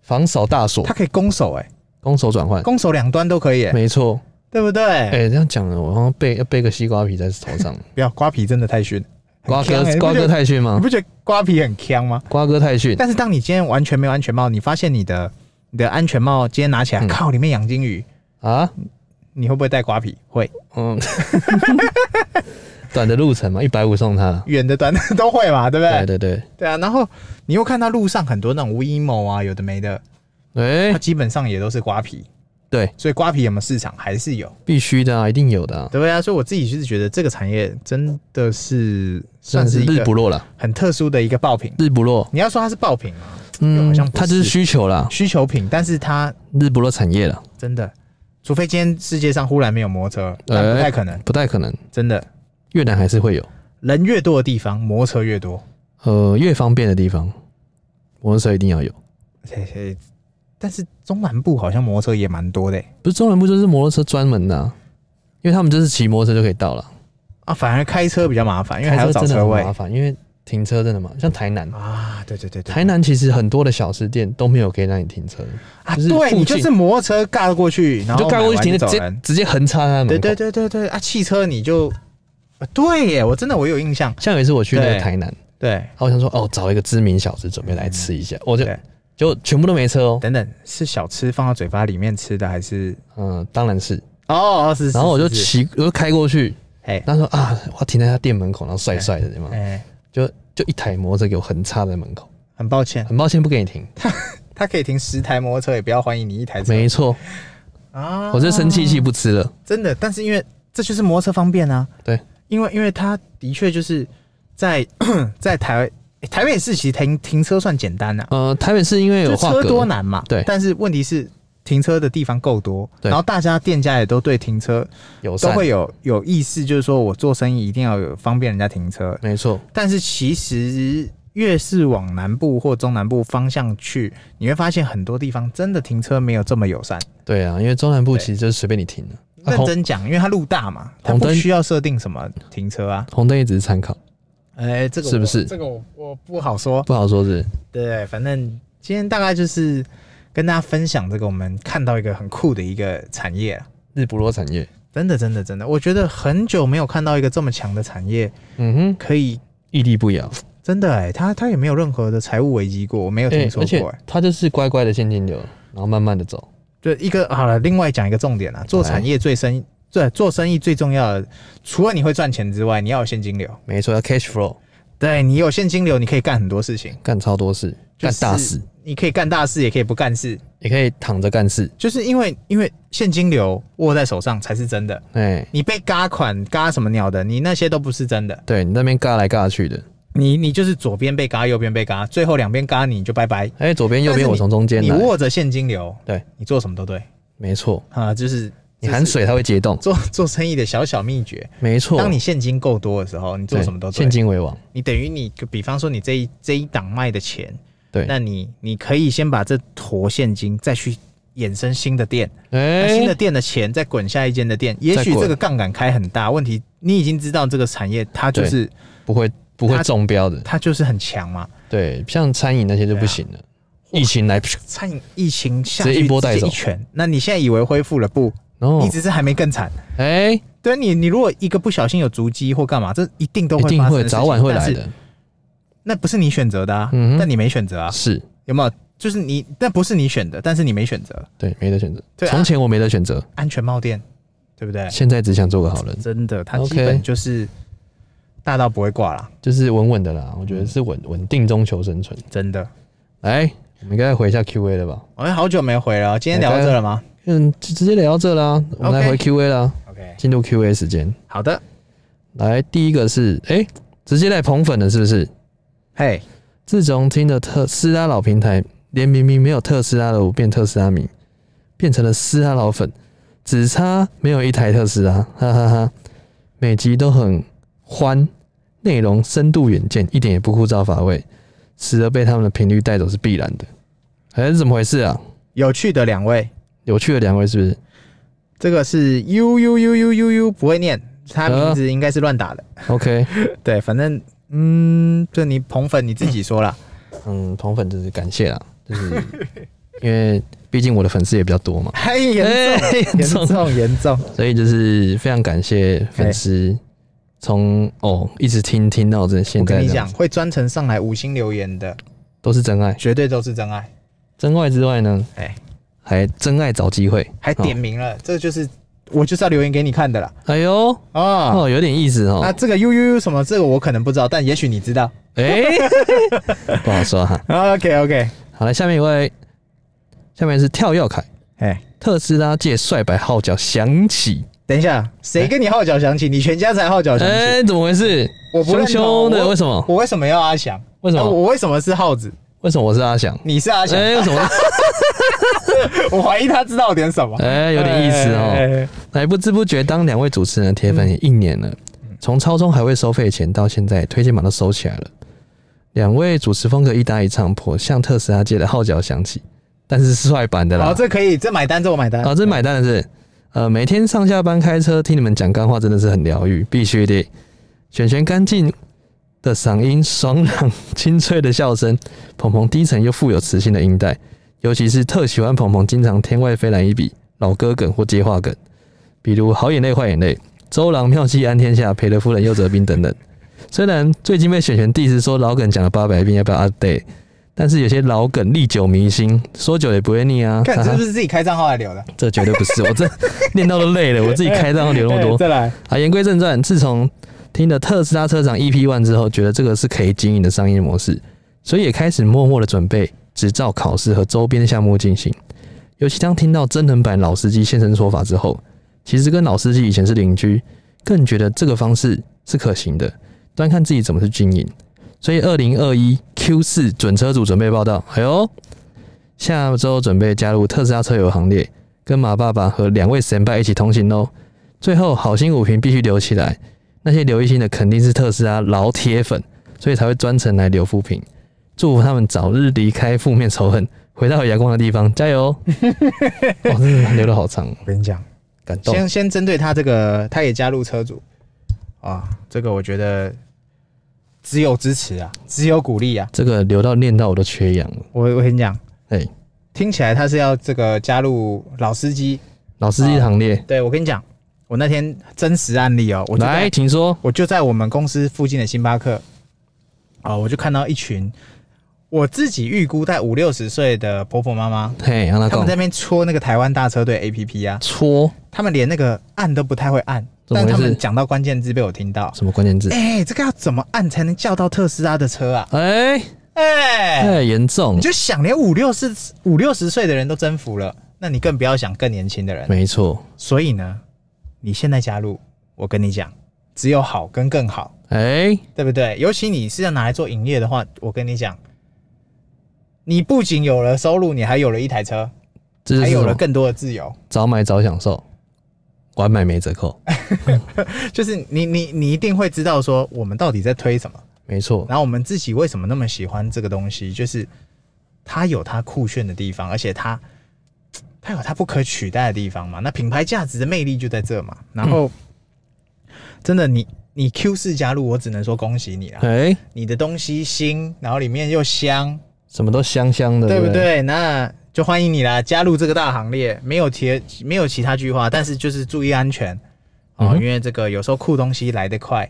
Speaker 1: 防守大锁
Speaker 2: 它，可以攻守、哎，
Speaker 1: 攻守转换，
Speaker 2: 攻守两端都可以、哎，
Speaker 1: 没错。
Speaker 2: 对不对？
Speaker 1: 哎、这样讲了，我好像背要背个西瓜皮在头上。
Speaker 2: 不要瓜皮真的太逊，很
Speaker 1: 瓜哥
Speaker 2: 呛，哎
Speaker 1: 瓜哥，太逊
Speaker 2: 你
Speaker 1: 吗？
Speaker 2: 不觉得你不觉得瓜皮很呛吗？
Speaker 1: 瓜哥太逊，
Speaker 2: 但是当你今天完全没有安全帽，你发现你的你的安全帽今天拿起来，
Speaker 1: 嗯
Speaker 2: 靠，里面养金鱼，
Speaker 1: 啊，
Speaker 2: 你会不会带瓜皮？会，
Speaker 1: 嗯， 短的路程嘛，一百五送他了。
Speaker 2: 远的短的都会嘛，对不对？
Speaker 1: 对对对，
Speaker 2: 对啊，然后你又看到路上很多那种 WeMo 啊，有的没的，
Speaker 1: 哎、
Speaker 2: 它基本上也都是瓜皮，
Speaker 1: 对，
Speaker 2: 所以瓜皮有没有市场还是有，
Speaker 1: 必须的啊，一定有的啊，
Speaker 2: 对啊，所以我自己就是觉得这个产业真的是算是一
Speaker 1: 日
Speaker 2: 个
Speaker 1: 不落了，
Speaker 2: 很特殊的一个爆品。
Speaker 1: 日不落，
Speaker 2: 你要说它是爆品吗？又好
Speaker 1: 嗯
Speaker 2: 像，不
Speaker 1: 它就是
Speaker 2: 是
Speaker 1: 需求啦，
Speaker 2: 需求品，但是它
Speaker 1: 日不落产业了，
Speaker 2: 真的，除非今天世界上忽然没有摩托车了，但不
Speaker 1: 哎
Speaker 2: 太可能，
Speaker 1: 不太可能，
Speaker 2: 真的。
Speaker 1: 越南还是会有，
Speaker 2: 人越多的地方，摩托车越多。
Speaker 1: 呃，越方便的地方，摩托车一定要有，
Speaker 2: 嘿嘿，但是中南部好像摩托车也蛮多的、
Speaker 1: 不是中南部就是摩托车专门的啊、因为他们就是骑摩托车就可以到了，
Speaker 2: 啊，反而开车比较麻烦，因为还
Speaker 1: 开
Speaker 2: 要
Speaker 1: 车
Speaker 2: 找
Speaker 1: 真的
Speaker 2: 车
Speaker 1: 很
Speaker 2: 位
Speaker 1: 麻烦，因为停车真的嘛，像台南。
Speaker 2: 啊。对对对对，
Speaker 1: 台南其实很多的小吃店都没有可以让你停车，
Speaker 2: 啊，
Speaker 1: 就是
Speaker 2: 对
Speaker 1: 附
Speaker 2: 你就
Speaker 1: 近
Speaker 2: 是摩托车尬过去，然
Speaker 1: 你
Speaker 2: 后
Speaker 1: 就盖过去停，直
Speaker 2: 买完走
Speaker 1: 接
Speaker 2: 人。
Speaker 1: 直接横插他的门
Speaker 2: 对
Speaker 1: 口。
Speaker 2: 对对对对啊，汽车你就、啊对耶，我真的我有印象。
Speaker 1: 像有一次我去那个
Speaker 2: 对
Speaker 1: 台南，
Speaker 2: 对
Speaker 1: 然后我想说哦，找一个知名小吃准备来吃一下，我就
Speaker 2: 对，
Speaker 1: 就全部都没车哦。
Speaker 2: 等等，是小吃放到嘴巴里面吃的还是？
Speaker 1: 嗯，当然是。
Speaker 2: 哦，哦是是。
Speaker 1: 然后我就是
Speaker 2: 是
Speaker 1: 骑，我就开过去，
Speaker 2: 哎
Speaker 1: 他说啊，我要停在他店门口，然后帅帅的，对吗？
Speaker 2: 哎，
Speaker 1: 就就一台摩托车给我横插在门口，
Speaker 2: 很抱歉，
Speaker 1: 很抱歉不给你停。
Speaker 2: 他可以停十台摩托车，也不要欢迎你一台车。
Speaker 1: 没错，
Speaker 2: 啊，
Speaker 1: 我就生气气不吃了。
Speaker 2: 真的，但是因为这就是摩托车方便啊。
Speaker 1: 对，
Speaker 2: 因为因为它的确就是在 在台、诶台北市，其实停停车算简单呐、啊，
Speaker 1: 呃，台北市因为有
Speaker 2: 就
Speaker 1: 画
Speaker 2: 车多
Speaker 1: 格，
Speaker 2: 难嘛。
Speaker 1: 对
Speaker 2: 但是问题是停车的地方够多，
Speaker 1: 对
Speaker 2: 然后大家店家也都对停车
Speaker 1: 友
Speaker 2: 都
Speaker 1: 善，
Speaker 2: 会有有意识，就是说我做生意一定要有方便人家停车。
Speaker 1: 没错，
Speaker 2: 但是其实越是往南部或中南部方向去，你会发现很多地方真的停车没有这么友善。
Speaker 1: 对啊，因为中南部
Speaker 2: 对
Speaker 1: 其实就是随便你停了，啊
Speaker 2: 认
Speaker 1: 红
Speaker 2: 真讲，因为它路大嘛，它
Speaker 1: 红
Speaker 2: 不
Speaker 1: 灯
Speaker 2: 需要设定什么停车啊。
Speaker 1: 红灯也只是参考，
Speaker 2: 哎、这个我
Speaker 1: 是不是
Speaker 2: 这个我我不好说。
Speaker 1: 不好说是
Speaker 2: 对，反正今天大概就是跟大家分享这个，我们看到一个很酷的一个产业啊，
Speaker 1: 日不落产业。
Speaker 2: 真的真的真的，我觉得很久没有看到一个这么强的产业，
Speaker 1: 嗯哼，
Speaker 2: 可以
Speaker 1: 屹立不摇。
Speaker 2: 真的哎、它它也没有任何的财务危机过，我没有听说
Speaker 1: 而且
Speaker 2: 过哎、
Speaker 1: 它就是乖乖的现金流，然后慢慢的走。
Speaker 2: 就一个好了，另外讲一个重点啊，做产业最生对做生意最重要的，除了你会赚钱之外，你要有现金流。
Speaker 1: 没错，要 cash flow
Speaker 2: 对你有现金流，你可以干很多事情，
Speaker 1: 干超多事，
Speaker 2: 就
Speaker 1: 干
Speaker 2: 是
Speaker 1: 大事，
Speaker 2: 你可以干大事，也可以不干事。
Speaker 1: 也可以躺着干事。
Speaker 2: 就是因为因为现金流握在手上才是真的，
Speaker 1: 哎，
Speaker 2: 你被嘎款嘎什么鸟的，你那些都不是真的，
Speaker 1: 对你那边尬来尬去的，
Speaker 2: 你你就是左边被嘎，右边被嘎，最后两边嘎你就拜拜。
Speaker 1: 哎，左边右
Speaker 2: 但是
Speaker 1: 边
Speaker 2: 你
Speaker 1: 我从中间
Speaker 2: 你
Speaker 1: 来，
Speaker 2: 握着现金流，
Speaker 1: 对
Speaker 2: 你做什么都对
Speaker 1: 没错，
Speaker 2: 啊，就是
Speaker 1: 你含水它会结冻，
Speaker 2: 做做生意的小小秘诀。
Speaker 1: 没错。
Speaker 2: 当你现金够多的时候，你做
Speaker 1: 对
Speaker 2: 什么都对。
Speaker 1: 现金为王，
Speaker 2: 你等于你，比方说你这一这一档卖的钱，
Speaker 1: 对
Speaker 2: 那你你可以先把这坨现金再去衍生新的店，那新的
Speaker 1: 哎，
Speaker 2: 店的钱再滚下一间的店，也
Speaker 1: 再
Speaker 2: 许
Speaker 1: 滚
Speaker 2: 这个杠杆开很大，问题你已经知道这个产业它就是
Speaker 1: 不会不会
Speaker 2: 它
Speaker 1: 中标的，
Speaker 2: 它就是很强嘛。
Speaker 1: 对，像餐饮那些就不行了。
Speaker 2: 啊
Speaker 1: 疫情来，噗
Speaker 2: 餐饮疫情下去
Speaker 1: 直接一波带走哦
Speaker 2: 直接一拳，那你现在以为恢复了不？
Speaker 1: 然后
Speaker 2: 你只是还没更惨。
Speaker 1: 哎，
Speaker 2: 对你，你如果一个不小心有足迹或干嘛，这一定都
Speaker 1: 一
Speaker 2: 会
Speaker 1: 定
Speaker 2: 发生
Speaker 1: 会
Speaker 2: 的事情
Speaker 1: 早晚会来。
Speaker 2: 但是
Speaker 1: 的，
Speaker 2: 那不是你选择的啊，
Speaker 1: 嗯哼
Speaker 2: 但你没选择啊，
Speaker 1: 是
Speaker 2: 有没有？就是你，那不是你选的，但是你没选择。
Speaker 1: 对，没得选择。
Speaker 2: 对啊哎
Speaker 1: 从前我没得选择，
Speaker 2: 安全帽店，对不对？
Speaker 1: 现在只想做个好人。
Speaker 2: 真的，它
Speaker 1: OK
Speaker 2: 基本就是大到不会挂啦，
Speaker 1: 就是稳稳的啦，我觉得是稳稳定中求生存。
Speaker 2: 真的。
Speaker 1: 来，我们应该回一下 Q&A 了吧？
Speaker 2: 我、们哎好久没回了，今天聊到这了吗
Speaker 1: 嗯，就直接聊到这啦，我们来
Speaker 2: OK
Speaker 1: 回 Q&A 啦，
Speaker 2: ？OK，
Speaker 1: 进入 Q&A 时间。
Speaker 2: 好的，
Speaker 1: 来，第一个是，哎、直接来捧粉了，是不是？
Speaker 2: 嘿、
Speaker 1: 自从听了特斯拉老平台，连明明没有特斯拉的我变特斯拉迷，变成了斯拉老粉，只差没有一台特斯拉，哈哈哈！每集都很欢，内容深度远见，一点也不枯燥乏味，时而被他们的频率带走是必然的。哎、是怎么回事啊？
Speaker 2: 有趣的两位，
Speaker 1: 有趣的两位是不是？
Speaker 2: 这个是 U U U U U U 不会念，他名字应该是乱打 的。
Speaker 1: OK，
Speaker 2: 对，反正嗯，这你捧粉你自己说啦。
Speaker 1: 嗯，同粉就是感谢啦，就是因为毕竟我的粉丝也比较多嘛，
Speaker 2: 哎，严
Speaker 1: 哎
Speaker 2: 重，啊严重，严重。
Speaker 1: 所以就是非常感谢粉丝从哦一直听听到这现
Speaker 2: 哎我
Speaker 1: 在
Speaker 2: 跟你
Speaker 1: 这样
Speaker 2: 讲，
Speaker 1: 子，
Speaker 2: 会专程上来五星留言的，
Speaker 1: 都是真爱。
Speaker 2: 绝对都是真爱。
Speaker 1: 真爱之外呢，
Speaker 2: 哎，
Speaker 1: 还真爱找机会，
Speaker 2: 还点名了，这就是我就是要留言给你看的啦。
Speaker 1: 哎呦
Speaker 2: 哦，
Speaker 1: 哦，有点意思
Speaker 2: 那
Speaker 1: 哦。
Speaker 2: 这个 U U U 什么，这个我可能不知道，但也许你知道。
Speaker 1: 哎， 不好说哈。
Speaker 2: OK OK，
Speaker 1: 好了，下面一位，下面是跳耀凯，
Speaker 2: 哎，
Speaker 1: 特斯拉界帅白号角响起。
Speaker 2: 等一下，谁跟你号角响起？你全家才号角响起。
Speaker 1: 哎，怎么回事？
Speaker 2: 我不认
Speaker 1: 凶凶
Speaker 2: 同
Speaker 1: 的，
Speaker 2: 我
Speaker 1: 为什么？
Speaker 2: 我为什么要阿翔？
Speaker 1: 为什么
Speaker 2: 啊我为什么是耗子？
Speaker 1: 为什么我是阿翔？
Speaker 2: 你是阿翔？
Speaker 1: 哎，为什么？
Speaker 2: 我怀疑他知道点什么。
Speaker 1: 哎，有点意思哦。
Speaker 2: 哎哎哎哎
Speaker 1: 来不知不觉，当两位主持人的铁粉也一年了，
Speaker 2: 嗯
Speaker 1: 从超中还未收费前到现在，推荐码都收起来了。两位主持风格一搭一唱，颇像特斯拉界的号角响起，但是是帅版的啦
Speaker 2: 好，。这可以，这买单，这我买单。
Speaker 1: 啊，这买单的是，呃，每天上下班开车听你们讲干话真的是很疗愈，必须的。璇璇干净的嗓音，爽朗清脆的笑声，鹏鹏低沉又富有磁性的音带，尤其是特喜欢鹏鹏经常天外飞来一笔老歌梗或接话梗，比如好眼泪坏眼泪、周郎妙计安天下、赔了夫人又折兵等等。虽然最近被璇璇 diss 说老梗讲了八百遍，要不要 update？但是有些老梗历久弥新，说久了也不会腻啊。
Speaker 2: 看
Speaker 1: 哈
Speaker 2: 这
Speaker 1: 哈
Speaker 2: 是不是自己开账号来 留的？
Speaker 1: 这绝对不是，我这念到都累了，我自己开账号留那么
Speaker 2: 哎
Speaker 1: 多。
Speaker 2: 再来，
Speaker 1: 啊，言归正传，自从听了特斯拉车长 EP One 之后，觉得这个是可以经营的商业模式，所以也开始默默的准备执照考试和周边项目进行。尤其当听到真人版老司机现身说法之后，其实跟老司机以前是邻居，更觉得这个方式是可行的，端看自己怎么去经营。所以，二零二一 Q 四准车主准备报道，哎呦，下周准备加入特斯拉车友行列，跟马爸爸和两位神拜一起同行哦喽。最后，好心五评必须留起来，那些留一星的肯定是特斯拉老铁粉，所以才会专程来留负评。祝福他们早日离开负面仇恨，回到有阳光的地方，加 油！哇，真的留的好长，
Speaker 2: 我跟你讲，
Speaker 1: 感动。
Speaker 2: 先先针对他这个，他也加入车主啊，这个我觉得只有支持啊，只有鼓励啊。
Speaker 1: 这个留到念到我都缺氧了。
Speaker 2: 我我跟你讲，
Speaker 1: 哎、
Speaker 2: 听起来他是要这个加入老司机。
Speaker 1: 老司机行列，
Speaker 2: 对我跟你讲，我那天真实案例啊哦，我就在
Speaker 1: 来，请说。
Speaker 2: 我就在我们公司附近的星巴克，啊、我就看到一群我自己预估在五六十岁的婆婆妈妈，
Speaker 1: 嘿，让他
Speaker 2: 他
Speaker 1: 讲
Speaker 2: 们在那边戳那个台湾大车队 APP 啊，
Speaker 1: 戳
Speaker 2: 他们连那个按都不太会按，
Speaker 1: 怎么
Speaker 2: 但
Speaker 1: 回事
Speaker 2: 他们讲到关键字被我听到，
Speaker 1: 什么关键字？
Speaker 2: 哎、这个要怎么按才能叫到特斯拉的车啊？
Speaker 1: 哎、
Speaker 2: 哎、
Speaker 1: 太严重
Speaker 2: 你，就想连五六十五六十岁的人都征服了，那你更不要想更年轻的人。
Speaker 1: 没错。
Speaker 2: 所以呢，你现在加入，我跟你讲，只有好跟更好。
Speaker 1: 哎、
Speaker 2: 对不对？尤其你是要拿来做营业的话，我跟你讲，你不仅有了收入，你还有了一台车，
Speaker 1: 这就
Speaker 2: 还
Speaker 1: 是
Speaker 2: 有
Speaker 1: 什
Speaker 2: 了
Speaker 1: 么
Speaker 2: 更多的自由。
Speaker 1: 早买早享受，晚买没折扣。
Speaker 2: 就是你你你一定会知道说我们到底在推什么，
Speaker 1: 没错，
Speaker 2: 然后我们自己为什么那么喜欢这个东西，就是它有它酷炫的地方，而且它它有它不可取代的地方嘛。那品牌价值的魅力就在这嘛。然
Speaker 1: 嗯
Speaker 2: 后、真的你你 Q 四加入，我只能说恭喜你啦！
Speaker 1: 哎、
Speaker 2: 你的东西新，然后里面又香，
Speaker 1: 什么都香香的，
Speaker 2: 对
Speaker 1: 不
Speaker 2: 不？对？那就欢迎你啦，加入这个大行列。没有贴，没有其他句话，但是就是注意安全
Speaker 1: 嗯
Speaker 2: 哦，
Speaker 1: 哼
Speaker 2: 因为这个有时候酷东西来得快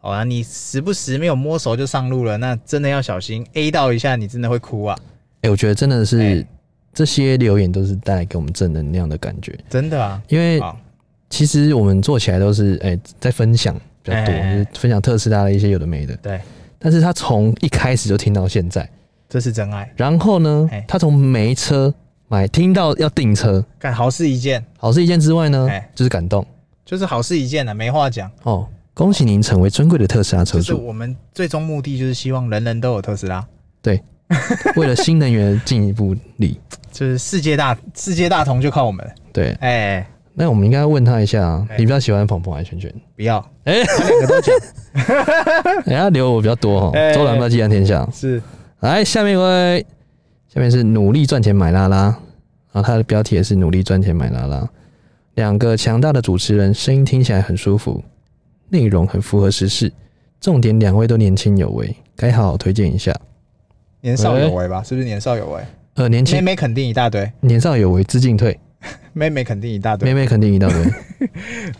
Speaker 2: 哦，啊你时不时没有摸熟就上路了，那真的要小心，A 到一下你真的会哭啊，
Speaker 1: 哎、我觉得真的是、
Speaker 2: 哎
Speaker 1: 这些留言都是带来给我们正能量的感觉，
Speaker 2: 真的啊。
Speaker 1: 因为
Speaker 2: 好，
Speaker 1: 其实我们做起来都是哎、在分享比较多，
Speaker 2: 哎哎哎
Speaker 1: 就是分享特斯拉的一些有的没的，
Speaker 2: 对，
Speaker 1: 但是他从一开始就听到现在，
Speaker 2: 这是真爱。
Speaker 1: 然后呢
Speaker 2: 哎，
Speaker 1: 他从没车买，听到要订车，
Speaker 2: 干好事一件，
Speaker 1: 好事一件之外呢
Speaker 2: 哎，
Speaker 1: 就是感动
Speaker 2: 就是好事一件啊，没话讲。
Speaker 1: 哦。恭喜您成为尊贵的特斯拉车
Speaker 2: 就是
Speaker 1: 主。
Speaker 2: 我们最终目的就是希望人人都有特斯拉，哎
Speaker 1: 为了新能源进一步力，
Speaker 2: 就是世界大世界大同就靠我们了。
Speaker 1: 对，
Speaker 2: 哎、
Speaker 1: 那我们应该问他一下、啊，
Speaker 2: 哎
Speaker 1: 你比较喜欢鹏鹏还是圈圈？
Speaker 2: 不要，
Speaker 1: 哎
Speaker 2: 他两个都 讲
Speaker 1: 人家哎留我比较多哈，
Speaker 2: 哎
Speaker 1: 周兰不计安天下。
Speaker 2: 是
Speaker 1: 来，下面一位，下面是努力赚钱买拉拉，然后他的标题也是努力赚钱买拉拉。两个强大的主持人，声音听起来很舒服，内容很符合时事，重点两位都年轻有为，该好好推荐一下。
Speaker 2: 年少有为吧？是不是年少有为？
Speaker 1: 呃，年
Speaker 2: 妹
Speaker 1: 轻
Speaker 2: 妹肯定一大堆，
Speaker 1: 年少有为，知进退，
Speaker 2: 妹妹肯定一大堆
Speaker 1: 妹。妹肯定一大 堆。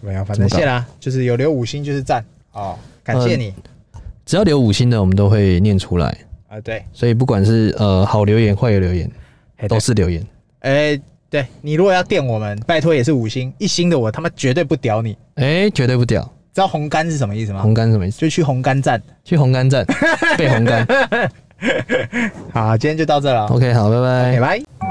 Speaker 2: 没有，反
Speaker 1: 怎么
Speaker 2: 正
Speaker 1: 搞嗯
Speaker 2: 谢啦，就是有留五星就是赞哦，感谢你
Speaker 1: 只要留五星的，我们都会念出来。
Speaker 2: 啊、对，
Speaker 1: 所以不管是呃好留言、坏留言，
Speaker 2: 嘿
Speaker 1: 都，是留言。
Speaker 2: 对哎、对你如果要电我们，拜托也是五星，一星的我他妈绝对不屌你。
Speaker 1: 哎、绝对不屌！
Speaker 2: 知道红杆是什么意思吗
Speaker 1: 红？杆什么意思？
Speaker 2: 就去红杆站。
Speaker 1: 去红杆站被红杆。
Speaker 2: 好，今天就到这了，哦
Speaker 1: OK，好，拜
Speaker 2: 拜
Speaker 1: 拜。
Speaker 2: 拜。